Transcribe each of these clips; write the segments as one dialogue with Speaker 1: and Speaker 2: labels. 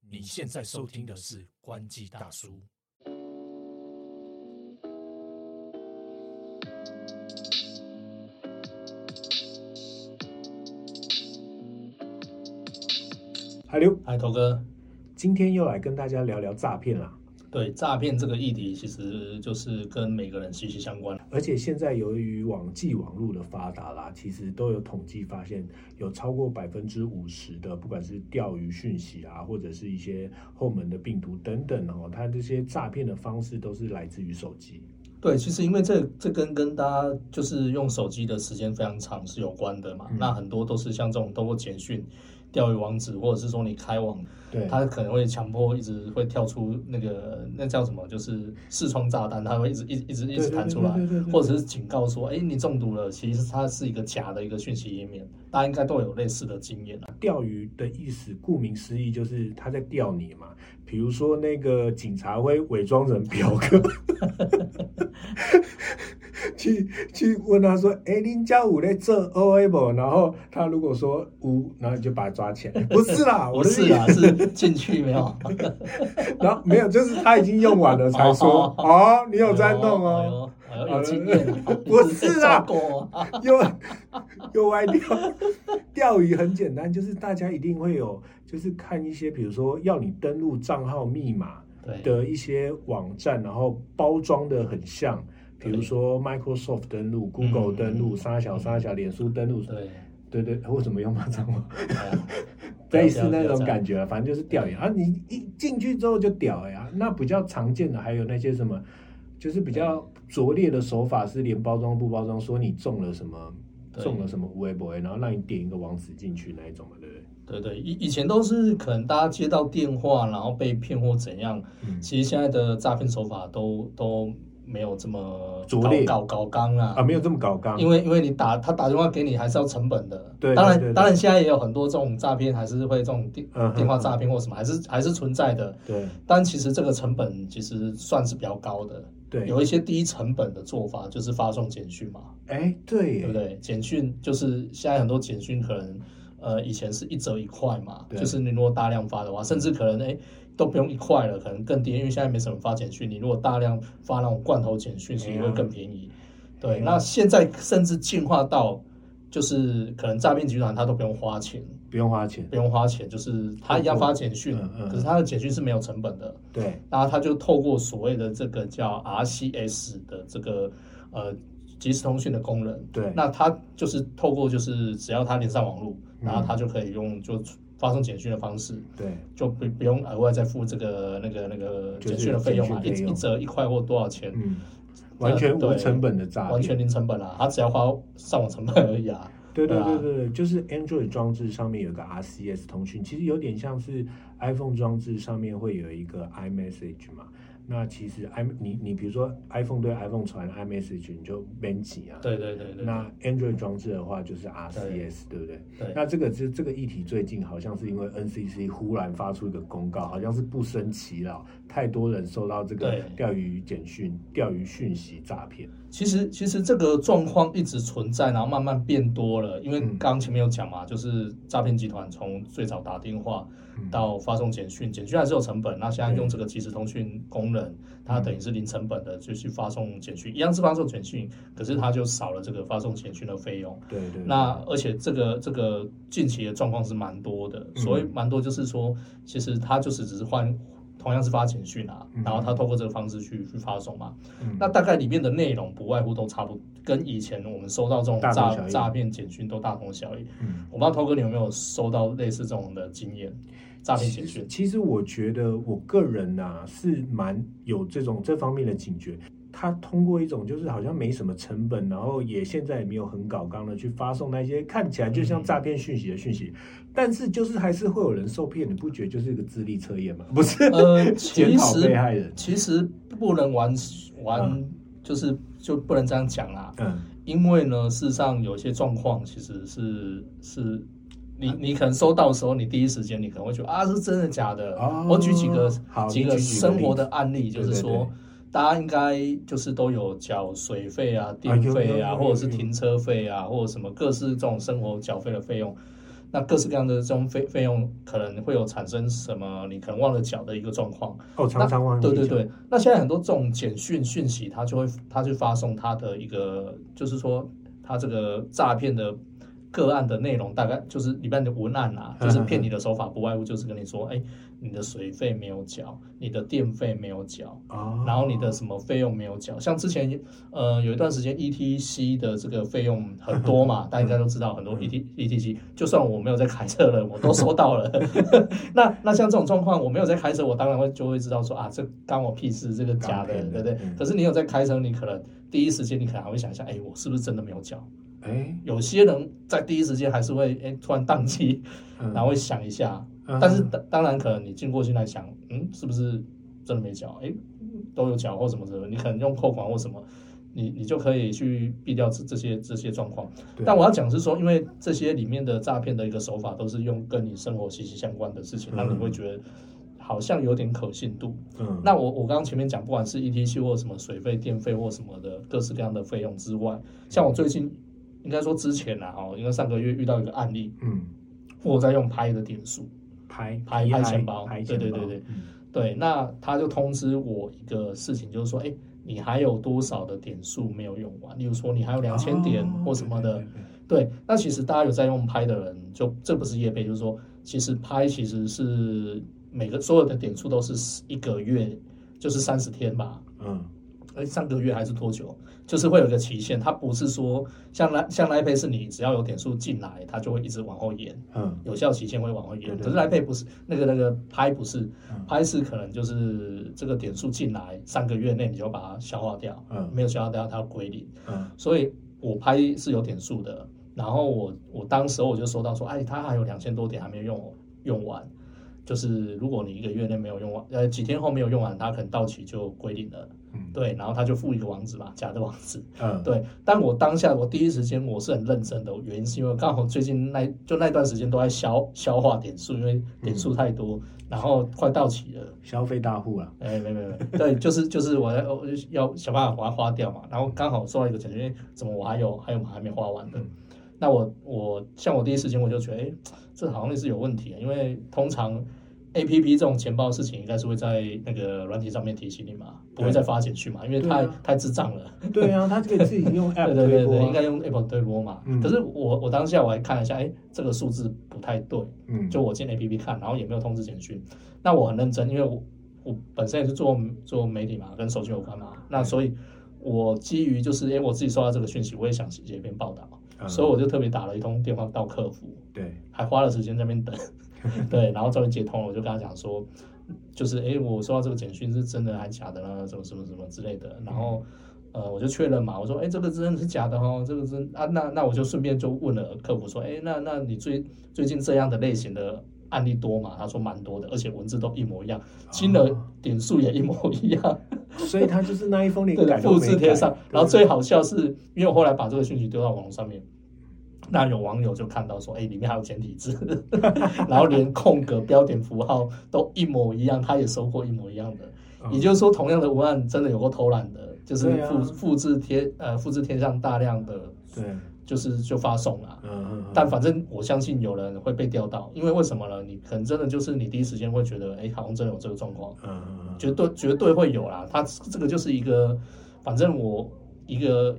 Speaker 1: 你现在收听的是《关机大叔》。
Speaker 2: 海流，
Speaker 3: 嗨，头哥，
Speaker 2: 今天又来跟大家聊聊诈骗啦。
Speaker 3: 对诈骗这个议题，其实就是跟每个人息息相关。
Speaker 2: 而且现在由于网际网络的发达啦，其实都有统计发现，有超过百分之五十的，不管是钓鱼讯息啊，或者是一些后门的病毒等等哦，它这些诈骗的方式都是来自于手机。
Speaker 3: 对，其实因为这这跟跟大家就是用手机的时间非常长是有关的嘛。
Speaker 2: 嗯
Speaker 3: 那很多都是像这种通过简讯、钓鱼网址，或者是说你开网，
Speaker 2: 对，
Speaker 3: 它可能会强迫一直会跳出那个那叫什么，就是视窗炸弹，它会一直一直一直一直弹出来。
Speaker 2: 对对对对对对
Speaker 3: 或者是警告说，哎，你中毒了，其实它是一个假的一个讯息页面，大家应该都有类似的经验啊。
Speaker 2: 钓鱼的意思，顾名思义就是他在钓你嘛。比如说那个警察会伪装成表哥， 去去问他说：“哎、林家武在这 O A 不？”然后他如果说无，然后你就把他抓起 来。不是啦，我
Speaker 3: 不
Speaker 2: 的
Speaker 3: 是
Speaker 2: 意
Speaker 3: 啊，是进去 没有？
Speaker 2: 然后没有，就是他已经用完 了才说：“哦，你有在弄哦，！
Speaker 3: 哎呦，哎呦有经验啊
Speaker 2: 不是啊
Speaker 3: 你 有做过啊，
Speaker 2: 又又歪掉。”钓鱼很简单，就是大家一定会有，就是看一些，比如说要你登录账号密码。
Speaker 3: 对
Speaker 2: 的一些网站，然后包装的很像，比如说 Microsoft 登录、Google 登录、
Speaker 3: 嗯
Speaker 2: 沙小沙小、脸书登录，对
Speaker 3: 对，
Speaker 2: 对，为什么用骂脏 话？
Speaker 3: 哎呀
Speaker 2: 类似那种感觉，反正就是屌呀！啊，你一进去之后就屌呀。那比较常见的还有那些什么，就是比较拙劣的手法是连包装不包装，说你中了什么。
Speaker 3: 对
Speaker 2: 中了什么微博，然后让你点一个网址进去那一种嘛，对不对？
Speaker 3: 对对，以以前都是可能大家接到电话，然后被骗或怎样，
Speaker 2: 嗯
Speaker 3: 其实现在的诈骗手法都都没有这么
Speaker 2: 拙劣
Speaker 3: 搞搞纲啊
Speaker 2: 啊，。没有这么搞纲，
Speaker 3: 因为因为你打他打电话给你还是要成本的，
Speaker 2: 对
Speaker 3: 当
Speaker 2: 对对
Speaker 3: 然
Speaker 2: 对
Speaker 3: 当然现在也有很多这种诈骗，还是会这种电
Speaker 2: 嗯哼
Speaker 3: 电话诈骗或什么，还是还是存在的。
Speaker 2: 对
Speaker 3: 但其实这个成本其实算是比较高的，
Speaker 2: 对，
Speaker 3: 有一些低成本的做法，就是发送简讯嘛，
Speaker 2: 哎，对
Speaker 3: 对不
Speaker 2: 耶，
Speaker 3: 对？简讯就是现在很多简讯可能，呃，以前是一折一块嘛，
Speaker 2: 对
Speaker 3: 就是你如果大量发的话，甚至可能哎都不用一块了，可能更低，因为现在没什么发简讯。你如果大量发那种罐头简讯，其实
Speaker 2: 哎
Speaker 3: 会
Speaker 2: 呀
Speaker 3: 更便宜。
Speaker 2: 哎
Speaker 3: 对，
Speaker 2: 呀
Speaker 3: 那现在甚至进化到。就是可能诈骗集团他都不用花钱，
Speaker 2: 不用花钱，
Speaker 3: 不用花钱，就是他一样发简讯，
Speaker 2: 嗯嗯
Speaker 3: 可是他的简讯是没有成本的，
Speaker 2: 对，
Speaker 3: 然后他就透过所谓的这个叫 RCS 的这个呃即时通讯的功能，
Speaker 2: 对
Speaker 3: 那他就是透过就是只要他连上网络，
Speaker 2: 嗯
Speaker 3: 然后他就可以用就发送简讯的方式，
Speaker 2: 对，
Speaker 3: 就不不用额外再付这个那个那个
Speaker 2: 就是
Speaker 3: 简讯的费用嘛，一
Speaker 2: 简讯费用
Speaker 3: 一折一块或多少钱，
Speaker 2: 嗯，完全无成本的诈
Speaker 3: 完全
Speaker 2: 骗。
Speaker 3: 零成本啊，他只要花上网成本而已啊。
Speaker 2: 对对
Speaker 3: 对
Speaker 2: 对
Speaker 3: 啊
Speaker 2: 对对，就是 Android 装置上面有个 RCS 通讯，其实有点像是 iPhone 装置上面会有一个 iMessage 嘛。那其实 i 你你比如说 iPhone 对 iPhone 传 iMessage，你就编辑啊。。
Speaker 3: 对对对对
Speaker 2: 那 Android 装置的话就是 RCS，对不对？
Speaker 3: 对
Speaker 2: 那这个这这个议题最近好像是因为 NCC 忽然发出一个公告，好像是不胜其扰，太多人收到这个
Speaker 3: 对
Speaker 2: 钓鱼简讯、钓鱼讯息诈骗。
Speaker 3: 其实其实这个状况一直存在，然后慢慢变多了。因为
Speaker 2: 嗯
Speaker 3: 刚刚前面有讲嘛，就是诈骗集团从最早打电话
Speaker 2: 嗯
Speaker 3: 到发送简讯，简讯还是有成本。那现在用这个即时通讯功能，
Speaker 2: 嗯
Speaker 3: 它等于是零成本的就去发送简讯，一样是发送简讯，可是它就少了这个发送简讯的费用。
Speaker 2: 对对对。
Speaker 3: 那而且这个这个近期的状况是蛮多的，
Speaker 2: 嗯
Speaker 3: 所谓蛮多就是说，其实它就是只是换同样是发简讯啊
Speaker 2: 嗯，
Speaker 3: 然后它透过这个方式去去发送嘛。
Speaker 2: 嗯
Speaker 3: 那大概里面的内容不外乎都差不多，跟以前我们收到这种
Speaker 2: 大同小
Speaker 3: 诈
Speaker 2: 异
Speaker 3: 诈骗简讯都大同小异。
Speaker 2: 嗯
Speaker 3: 我不知道涛哥你有没有收到类似这种的经验，诈骗简
Speaker 2: 其 实
Speaker 3: 讯？
Speaker 2: 其实我觉得我个人呐、是蛮有这种这方面的警觉。他通过一种就是好像没什么成本，然后也现在也没有很搞纲的去发送那些看起来就像诈骗讯息的讯息，但是就是还是会有人受骗，你不觉得就是一个智力测验吗？不是，
Speaker 3: 呃，
Speaker 2: 检
Speaker 3: 其
Speaker 2: 讨被
Speaker 3: 实
Speaker 2: 害嗯人。
Speaker 3: 其实不能玩玩，就是就不能这样讲啦，
Speaker 2: 嗯，
Speaker 3: 因为呢，事实上有些状况其实是是。你
Speaker 2: 啊
Speaker 3: 你可能收到的时候，你第一时间你可能会觉得啊是真的假的。
Speaker 2: 哦
Speaker 3: 我举几个
Speaker 2: 好
Speaker 3: 几
Speaker 2: 你举
Speaker 3: 个
Speaker 2: 几个
Speaker 3: 生活
Speaker 2: 例子
Speaker 3: 的案例，就
Speaker 2: 对对
Speaker 3: 是说
Speaker 2: 对
Speaker 3: 大家应该就是都有缴水费啊、电
Speaker 2: 有有
Speaker 3: 费
Speaker 2: 有
Speaker 3: 啊，
Speaker 2: 有
Speaker 3: 或者是
Speaker 2: 有
Speaker 3: 停车费啊，或者什么各式这种生活缴费的费用。那各式各样的这种费费用可能会有产生什么你可能忘了缴的一个状况。
Speaker 2: 哦，常常忘记
Speaker 3: 对
Speaker 2: 讲
Speaker 3: 对对，那现在很多这种简讯讯息，它就会它就发送它的一个，就是说它这个诈骗的个案的内容，大概就是里面的文案啊，就是骗你的手法，不外乎就是跟你说，哎，你的水费没有缴，你的电费没有缴，
Speaker 2: 哦，
Speaker 3: 然后你的什么费用没有缴，像之前呃有一段时间 ETC 的这个费用很 多嘛，大家应该都知道很多 E ET ETC，就算我没有在开车了，我都收到了。 那那像这种状况，我没有在开车，我当然会就会知道说啊，这干我屁事，这个假
Speaker 2: 干
Speaker 3: 的，
Speaker 2: 骗
Speaker 3: 对
Speaker 2: 的
Speaker 3: 不对
Speaker 2: 嗯？
Speaker 3: 可是你有在开车，你可能第一时间你可能还会想一下，哎，我是不是真的没有缴？
Speaker 2: 哎，
Speaker 3: 有些人在第一时间还是会哎突然宕机，
Speaker 2: 嗯
Speaker 3: 然后会想一下，
Speaker 2: 嗯
Speaker 3: 但是当当然，可能你静过心来想，嗯，是不是真的没缴？诶，都有缴或什么之类的，你可能用扣款或什么，你你就可以去避掉这这些这些状况。
Speaker 2: 对
Speaker 3: 但我要讲是说，因为这些里面的诈骗的一个手法都是用跟你生活息息相关的事情，让你会觉得好像有点可信度。
Speaker 2: 嗯，
Speaker 3: 那我我刚刚前面讲，不管是 ETC 或什么水费、电费或什么的各式各样的费用之外，像我最近应该说之前啊，哦，应该上个月遇到一个案例，
Speaker 2: 嗯，
Speaker 3: 我在用拍的点数。
Speaker 2: 拍
Speaker 3: 拍拍钱包
Speaker 2: 拍钱
Speaker 3: 对对
Speaker 2: 包
Speaker 3: 对对，对，那他就通知我一个事情，就是说，哎，你还有多少的点数没有用完？例如说，你还有两千点
Speaker 2: 哦
Speaker 3: 或什么的。
Speaker 2: 对对对对
Speaker 3: 对，那其实大家有在用拍的人，就这不是业配，就是说，其实拍其实是每个所有的点数都是一个月，就是三十天吧。
Speaker 2: 嗯，
Speaker 3: 哎，上个月还是多久？就是会有一个期限，它不是说像来像来配是你只要有点数进来，它就会一直往后延。
Speaker 2: 嗯，
Speaker 3: 有效期限会往后延
Speaker 2: 对。对
Speaker 3: 可是来配不是那个那个拍不是
Speaker 2: 嗯
Speaker 3: 拍是可能就是这个点数进来三个月内你就把它消化掉，
Speaker 2: 嗯
Speaker 3: 没有消化掉它要归零。
Speaker 2: 嗯，
Speaker 3: 所以我拍是有点数的，然后我我当时我就收到说，哎，它还有两千多点还没有用用完。就是如果你一个月内没有用完，呃，几天后没有用完，它可能到期就归零了。
Speaker 2: 嗯，
Speaker 3: 对，然后它就附一个网址嘛，假的网址。
Speaker 2: 嗯，
Speaker 3: 对，但我当下我第一时间我是很认真的，原因是因为刚好最近那就那段时间都在消消化点数，因
Speaker 2: 嗯
Speaker 3: 为点数太多，然后快到期了。
Speaker 2: 消费大户啊，
Speaker 3: 哎，没没 没，对，就是就是我要我就要想办法把它花掉嘛，然后刚好收到一个简讯，哎怎么我还有还有还没花完
Speaker 2: 嗯
Speaker 3: 的？那我我像我第一时间我就觉得，哎，这好像是有问题啊的，因为通常 A P P 这种钱包的事情应该是会在那个软体上面提醒你嘛，不会
Speaker 2: 对
Speaker 3: 再发简讯嘛，因为
Speaker 2: 对
Speaker 3: 太、
Speaker 2: 啊
Speaker 3: 太智障了。
Speaker 2: 对啊，他这个自己 用 app
Speaker 3: 对对
Speaker 2: 推
Speaker 3: 对
Speaker 2: 播
Speaker 3: 对，
Speaker 2: 啊，
Speaker 3: 应该用 Apple 推播嘛。
Speaker 2: 嗯
Speaker 3: 可是我我当下我还看了一下，哎，这个数字不太对，
Speaker 2: 嗯，
Speaker 3: 就我进 APP 看，然后也没有通知简讯。那我很认真，因为我我本身也是做做媒体嘛，跟手机有关嘛，
Speaker 2: 嗯
Speaker 3: 那所以。我基于就是，哎、我自己收到这个讯息，我也想写一篇报道，
Speaker 2: 嗯
Speaker 3: 所以我就特别打了一通电话到客服，
Speaker 2: 对，
Speaker 3: 还花了时间在那边等，对，然后终于接通了，我就跟他讲说，就是诶，我收到这个简讯是真的还假的啦，什么什么什么之类的，然后呃我就确认嘛，我说诶，这个真的是假的哦，这个真啊，那那我就顺便就问了客服说，诶，那那你最最近这样的类型的案例多吗？他说蛮多的，而且文字都一模一样，金额
Speaker 2: 哦
Speaker 3: 点数也一模一样，
Speaker 2: 所以他就是那一封连
Speaker 3: 对
Speaker 2: 改
Speaker 3: 的，
Speaker 2: 都没
Speaker 3: 复制贴
Speaker 2: 改
Speaker 3: 上。然后最好笑是，因为我后来把这个讯息丢到网络上面，那有网友就看到说，哎，里面还有简体字， 然后连空格、标点符号都一模一样，他也收过一模一样的。
Speaker 2: 嗯
Speaker 3: 也就是说，同样的文案真的有过偷懒的，就是
Speaker 2: 对啊
Speaker 3: 复、复制贴呃复制贴上大量的，
Speaker 2: 对，嗯
Speaker 3: 就是就发送啦。
Speaker 2: 嗯嗯，
Speaker 3: 但反正我相信有人会被钓到，因为为什么呢？你可能真的就是你第一时间会觉得，哎，好像真的有这个状况。
Speaker 2: 嗯嗯嗯
Speaker 3: 绝对绝对会有啦。它这个就是一个，反正我一个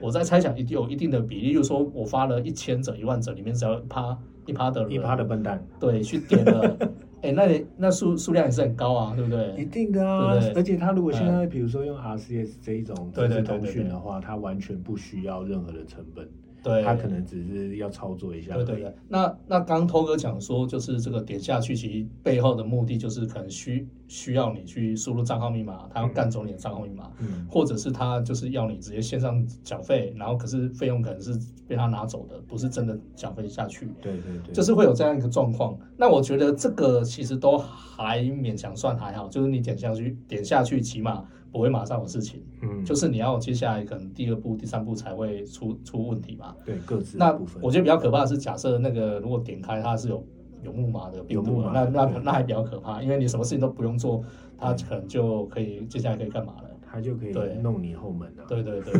Speaker 3: 我在猜想，一定有一定的比例，就是说我发了一千折、一万折，里面只要一趴一趴的人，
Speaker 2: 一趴的笨蛋，
Speaker 3: 对去点了，哎、那你那数数量也是很高啊，对不
Speaker 2: 一
Speaker 3: 对？
Speaker 2: 定的啊
Speaker 3: 对不。对嗯
Speaker 2: 而且他如果现在比如说用 RCS 这一种
Speaker 3: 对
Speaker 2: 即
Speaker 3: 对
Speaker 2: 时
Speaker 3: 对对
Speaker 2: 通讯
Speaker 3: 对
Speaker 2: 的话，他完全不需要任何的成本，
Speaker 3: 对，
Speaker 2: 他可能只是要操作一下而
Speaker 3: 对
Speaker 2: 已。
Speaker 3: 对对，那那刚头哥讲说，就是这个点下去，其实背后的目的就是可能需需要你去输入账号密码，他要干走你的账号密码，
Speaker 2: 嗯
Speaker 3: 或者是他就是要你直接线上缴费，然后可是费用可能是被他拿走的，不是真的缴费下去，
Speaker 2: 对对对，
Speaker 3: 就是会有这样一个状况。那我觉得这个其实都还勉强算还好，就是你点下去，点下去起码不会马上有事情，
Speaker 2: 嗯
Speaker 3: 就是你要接下来可能第二步、第三步才会出出问题嘛。
Speaker 2: 对各自
Speaker 3: 那
Speaker 2: 的部分
Speaker 3: 我。觉得比较可怕的是，假设那个如果点开它是有有木马的病
Speaker 2: 有
Speaker 3: 毒
Speaker 2: 木
Speaker 3: 啊，
Speaker 2: 马
Speaker 3: 那那
Speaker 2: 对嗯
Speaker 3: 那还比较可怕，因为你什么事情都不用做，它可能就可以接下来可以干嘛了。
Speaker 2: 他就可以
Speaker 3: 对
Speaker 2: 弄你后门啊！
Speaker 3: 哎 对对对，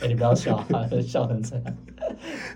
Speaker 3: 哎、你不要笑，笑成这样。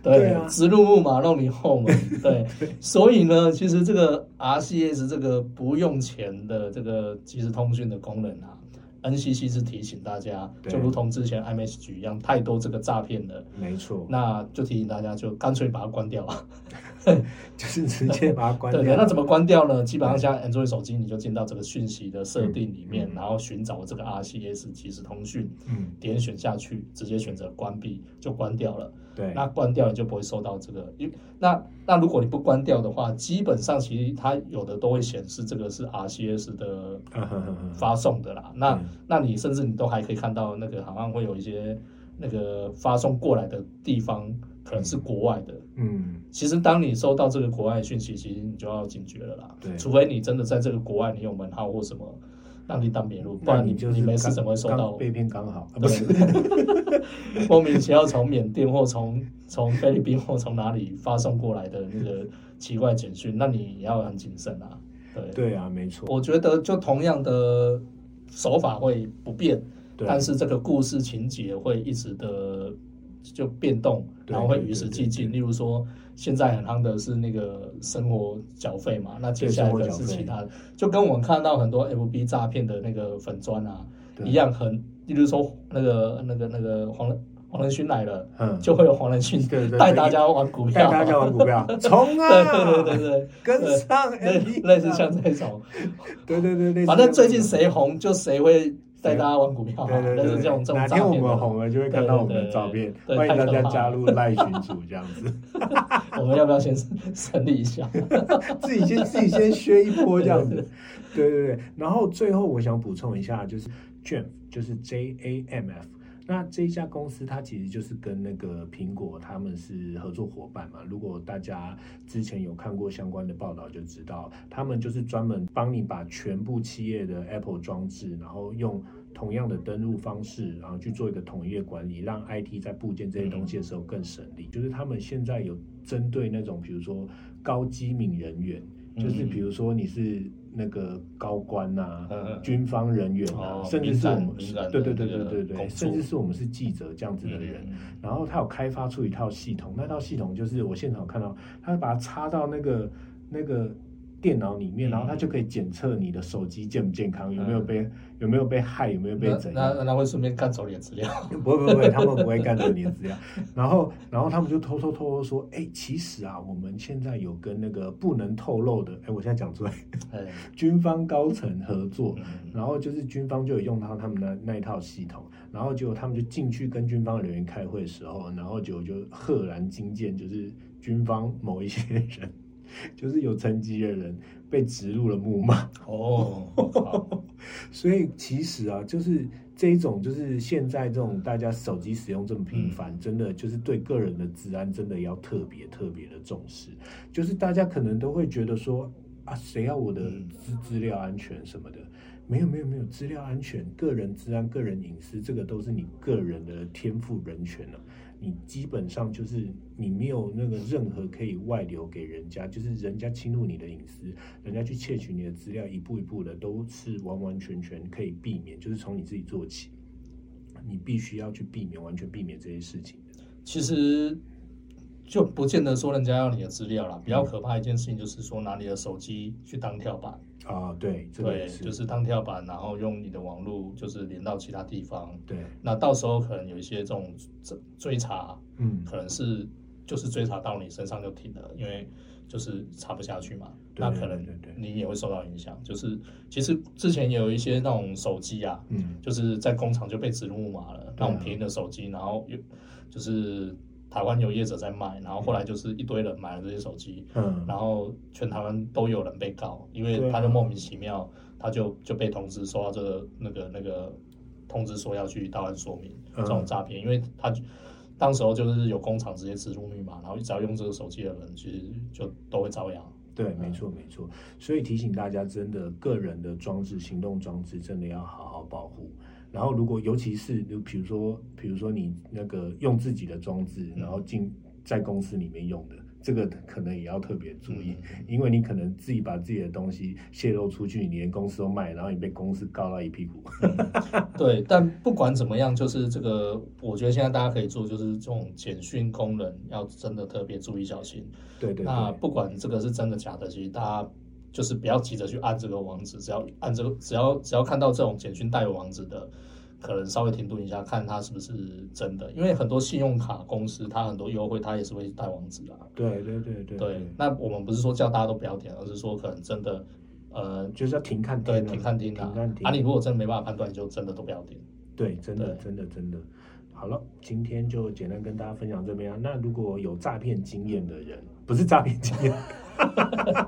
Speaker 2: 对啊
Speaker 3: 对，直入木马弄你后 门，对，所以呢，其实这个 RCS 这个不用钱的这个即时通讯的功能啊，NCC 是提醒大家，
Speaker 2: 对
Speaker 3: 就如同之前 iMessage 一样，太多这个诈骗了，
Speaker 2: 没错，
Speaker 3: 那就提醒大家，就干脆把它关掉啊。
Speaker 2: 就是直接把它关
Speaker 3: 对
Speaker 2: 掉。
Speaker 3: 对，那怎么关掉呢？基本上像 Android 手机，你就进到这个讯息的设定里面，
Speaker 2: 嗯嗯
Speaker 3: 然后寻找这个 RCS 即时通讯，
Speaker 2: 嗯，
Speaker 3: 点选下去，直接选择关闭就关掉了。
Speaker 2: 对，
Speaker 3: 那关掉你就不会收到这个，因那那如果你不关掉的话，基本上其实它有的都会显示这个是 RCS 的
Speaker 2: 嗯哼哼哼
Speaker 3: 发送的啦。那
Speaker 2: 嗯
Speaker 3: 那你甚至你都还可以看到那个好像会有一些那个发送过来的地方可能是国外的。
Speaker 2: 嗯，
Speaker 3: 其实当你收到这个国外的讯息，其实你就要警觉了啦。
Speaker 2: 对
Speaker 3: 除非你真的在这个国外你有门号或什么，让你当别路，不
Speaker 2: 那
Speaker 3: 然你
Speaker 2: 就是
Speaker 3: 没事
Speaker 2: 刚
Speaker 3: 怎么会收
Speaker 2: 刚
Speaker 3: 到
Speaker 2: 被骗 刚好，啊
Speaker 3: 对
Speaker 2: 不是？
Speaker 3: 莫名其妙从缅甸或从从菲律宾 或从哪里发送过来的那个奇怪简讯，那你也要很谨慎啊。对，
Speaker 2: 对啊，没错。
Speaker 3: 我觉得就同样的手法会不变，
Speaker 2: 对
Speaker 3: 但是这个故事情节会一直的就变动，
Speaker 2: 对
Speaker 3: 然后会
Speaker 2: 对
Speaker 3: 与时
Speaker 2: 对
Speaker 3: 俱
Speaker 2: 对
Speaker 3: 进。
Speaker 2: 对
Speaker 3: 例如说，现在很夯的是那个生活缴费嘛，那接
Speaker 2: 对
Speaker 3: 下来
Speaker 2: 生活
Speaker 3: 可能
Speaker 2: 缴
Speaker 3: 是
Speaker 2: 费
Speaker 3: 其他的，就跟我们看到很多 FB 诈骗的那个粉砖啊
Speaker 2: 对
Speaker 3: 一样很，例如说那个那个那个黄仁黄仁勋来了，
Speaker 2: 嗯，
Speaker 3: 就会有黄仁勋
Speaker 2: 对对对
Speaker 3: 带大家玩股
Speaker 2: 带
Speaker 3: 票，
Speaker 2: 大家玩股票，冲啊！
Speaker 3: 对对对对
Speaker 2: 跟上
Speaker 3: 对，类
Speaker 2: MV，
Speaker 3: 类似像这
Speaker 2: 啊
Speaker 3: 种，
Speaker 2: 对对对对，
Speaker 3: 反正最近谁红就谁会带大家玩股票、啊，
Speaker 2: 对对
Speaker 3: 类似
Speaker 2: 对
Speaker 3: 这种这
Speaker 2: 对，
Speaker 3: 种
Speaker 2: 哪
Speaker 3: 诈骗
Speaker 2: 天
Speaker 3: 的
Speaker 2: 我们红了就会看到我们的照片，
Speaker 3: 对对对对
Speaker 2: 欢迎大家
Speaker 3: 太可怕了
Speaker 2: 加入赖群组这样子，
Speaker 3: 我们要不要先整理一下？
Speaker 2: 自己先自己先削一波这样子，对对对。然后最后我想补充一下，就是 Jamf，就是 J A M F。那这一家公司，它其实就是跟那个苹果他们是合作伙伴嘛。如果大家之前有看过相关的报道，就知道他们就是专门帮你把全部企业的 Apple 装置，然后用同样的登录方式，然后去做一个统一的管理，让 IT 在部件这些东西的时候更省力。就是他们现在有针对那种，比如说高机敏人员，就是比如说你是那个高官啊呐、
Speaker 3: 嗯
Speaker 2: 军方人员啊，
Speaker 3: 哦
Speaker 2: 甚至是我们
Speaker 3: 敏感敏感的
Speaker 2: 对对对
Speaker 3: 这
Speaker 2: 对
Speaker 3: 个
Speaker 2: 对对，
Speaker 3: 工
Speaker 2: 甚
Speaker 3: 作嗯
Speaker 2: 至是我们是记者这样子的人。然后他有开发出一套系统，那套系统就是我现场有看到，他把它插到那个那个电脑里面，
Speaker 3: 嗯
Speaker 2: 然后它就可以检测你的手机健不健康，有
Speaker 3: 嗯
Speaker 2: 没有被有没有被害，有没有被
Speaker 3: 那
Speaker 2: 怎样
Speaker 3: 那。那会顺便干走你的资料，
Speaker 2: 不会不会不会，他们不会干涉你的资料。然后，然后他们就偷偷偷偷说，哎、其实啊，我们现在有跟那个不能透露的，哎、我现在讲出来，
Speaker 3: 哎，
Speaker 2: 军方高层合作，
Speaker 3: 嗯
Speaker 2: 然后就是军方就有用到他们的那一套系统，然后结果他们就进去跟军方人员开会的时候，然后结果就赫然惊见，就是军方某一些人，就是有层级的人被植入了木马，
Speaker 3: 哦，好
Speaker 2: 所以其实啊，就是这一种就是现在这种大家手机使用这么频繁，真的就是对个人的治安真的要特别特别的重视。就是大家可能都会觉得说啊，谁要我的
Speaker 3: 嗯
Speaker 2: 资资料安全什么的？没有没有没有，资料安全、个人治安、个人隐私，这个都是你个人的天赋人权了、你基本上就是你没有那个任何可以外流给人家，就是人家侵入你的隐私，人家去窃取你的资料，一步一步的都是完完全全可以避免，就是从你自己做起，你必须要去避免，完全避免这些事情的。
Speaker 3: 其实就不见得说人家要你的资料啦。比较可怕一件事情就是说拿你的手机去当跳板，
Speaker 2: 啊，对，这个也
Speaker 3: 对，
Speaker 2: 是，
Speaker 3: 就是当跳板，然后用你的网络就是连到其他地方。
Speaker 2: 对，
Speaker 3: 那到时候可能有一些这种追追查，
Speaker 2: 嗯，
Speaker 3: 可能是就是追查到你身上就停了，因为就是查不下去嘛。
Speaker 2: 对
Speaker 3: 那
Speaker 2: 对
Speaker 3: 可
Speaker 2: 对
Speaker 3: 能
Speaker 2: 对对
Speaker 3: 你也会受到影响。就是其实之前也有一些那种手机啊，
Speaker 2: 嗯，
Speaker 3: 就是在工厂就被植入木马了，
Speaker 2: 啊
Speaker 3: 那种便宜的手机，然后有就是台湾有业者在卖，然后后来就是一堆人买了这些手机，
Speaker 2: 嗯，
Speaker 3: 然后全台湾都有人被告，因
Speaker 2: 对
Speaker 3: 为
Speaker 2: 啊
Speaker 3: 他就莫名其妙，他就就被通知收到这个那个那个通知说要去到案说明
Speaker 2: 嗯
Speaker 3: 这种诈骗，因为他就当时候就是有工厂直接植入密码，然后只要用这个手机的人，其实就都会遭殃。
Speaker 2: 对，
Speaker 3: 嗯
Speaker 2: 没错没错。所以提醒大家，真的个人的装置、行动装置真的要好好保护。然后，如果尤其是就比如说，比如说你那个用自己的装置，然后进在公司里面用的，这个可能也要特别注意，
Speaker 3: 嗯
Speaker 2: 因为你可能自己把自己的东西泄露出去，你连公司都卖，然后你被公司告到一屁股。
Speaker 3: 对，但不管怎么样，就是这个，我觉得现在大家可以做，就是这种简讯功能要真的特别注意小心。
Speaker 2: 对对
Speaker 3: 那
Speaker 2: 对，
Speaker 3: 不管这个是真的假的，其实大家就是不要急着去按这个网址，只要按这个，只要只要看到这种简讯带有网址的，可能稍微停顿一下，看它是不是真的。因为很多信用卡公司它很多优惠，它也是会带网址啊。
Speaker 2: 对对对对
Speaker 3: 对，那我们不是说叫大家都不要点，而是说可能真的，呃，
Speaker 2: 就是要停看听啊、
Speaker 3: 对，停看听
Speaker 2: 停
Speaker 3: 啊
Speaker 2: 看。听
Speaker 3: 啊，你如果真的没办法判断，你就真的都不要点。
Speaker 2: 对，真的，
Speaker 3: 嗯对
Speaker 2: 真的，真的。好了，今天就简单跟大家分享这边啊。那如果有诈骗经验的人，不是诈骗经验，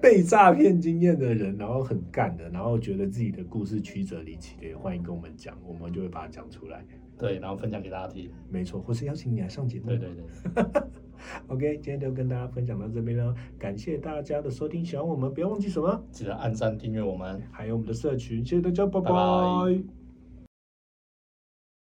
Speaker 2: 被诈骗经验的人，然后很干的，然后觉得自己的故事曲折离奇的，也欢迎跟我们讲，我们就会把它讲出来。
Speaker 3: 对，然后分享给大家听。
Speaker 2: 没错，或是邀请你来上节目。
Speaker 3: 对对 对，
Speaker 2: OK，今天就跟大家分享到这边了，感谢大家的收听，喜欢我们不要忘记什么，
Speaker 3: 记得按赞订阅我们。
Speaker 2: 还有我们的社群，谢谢大家，
Speaker 3: 拜拜
Speaker 2: 拜拜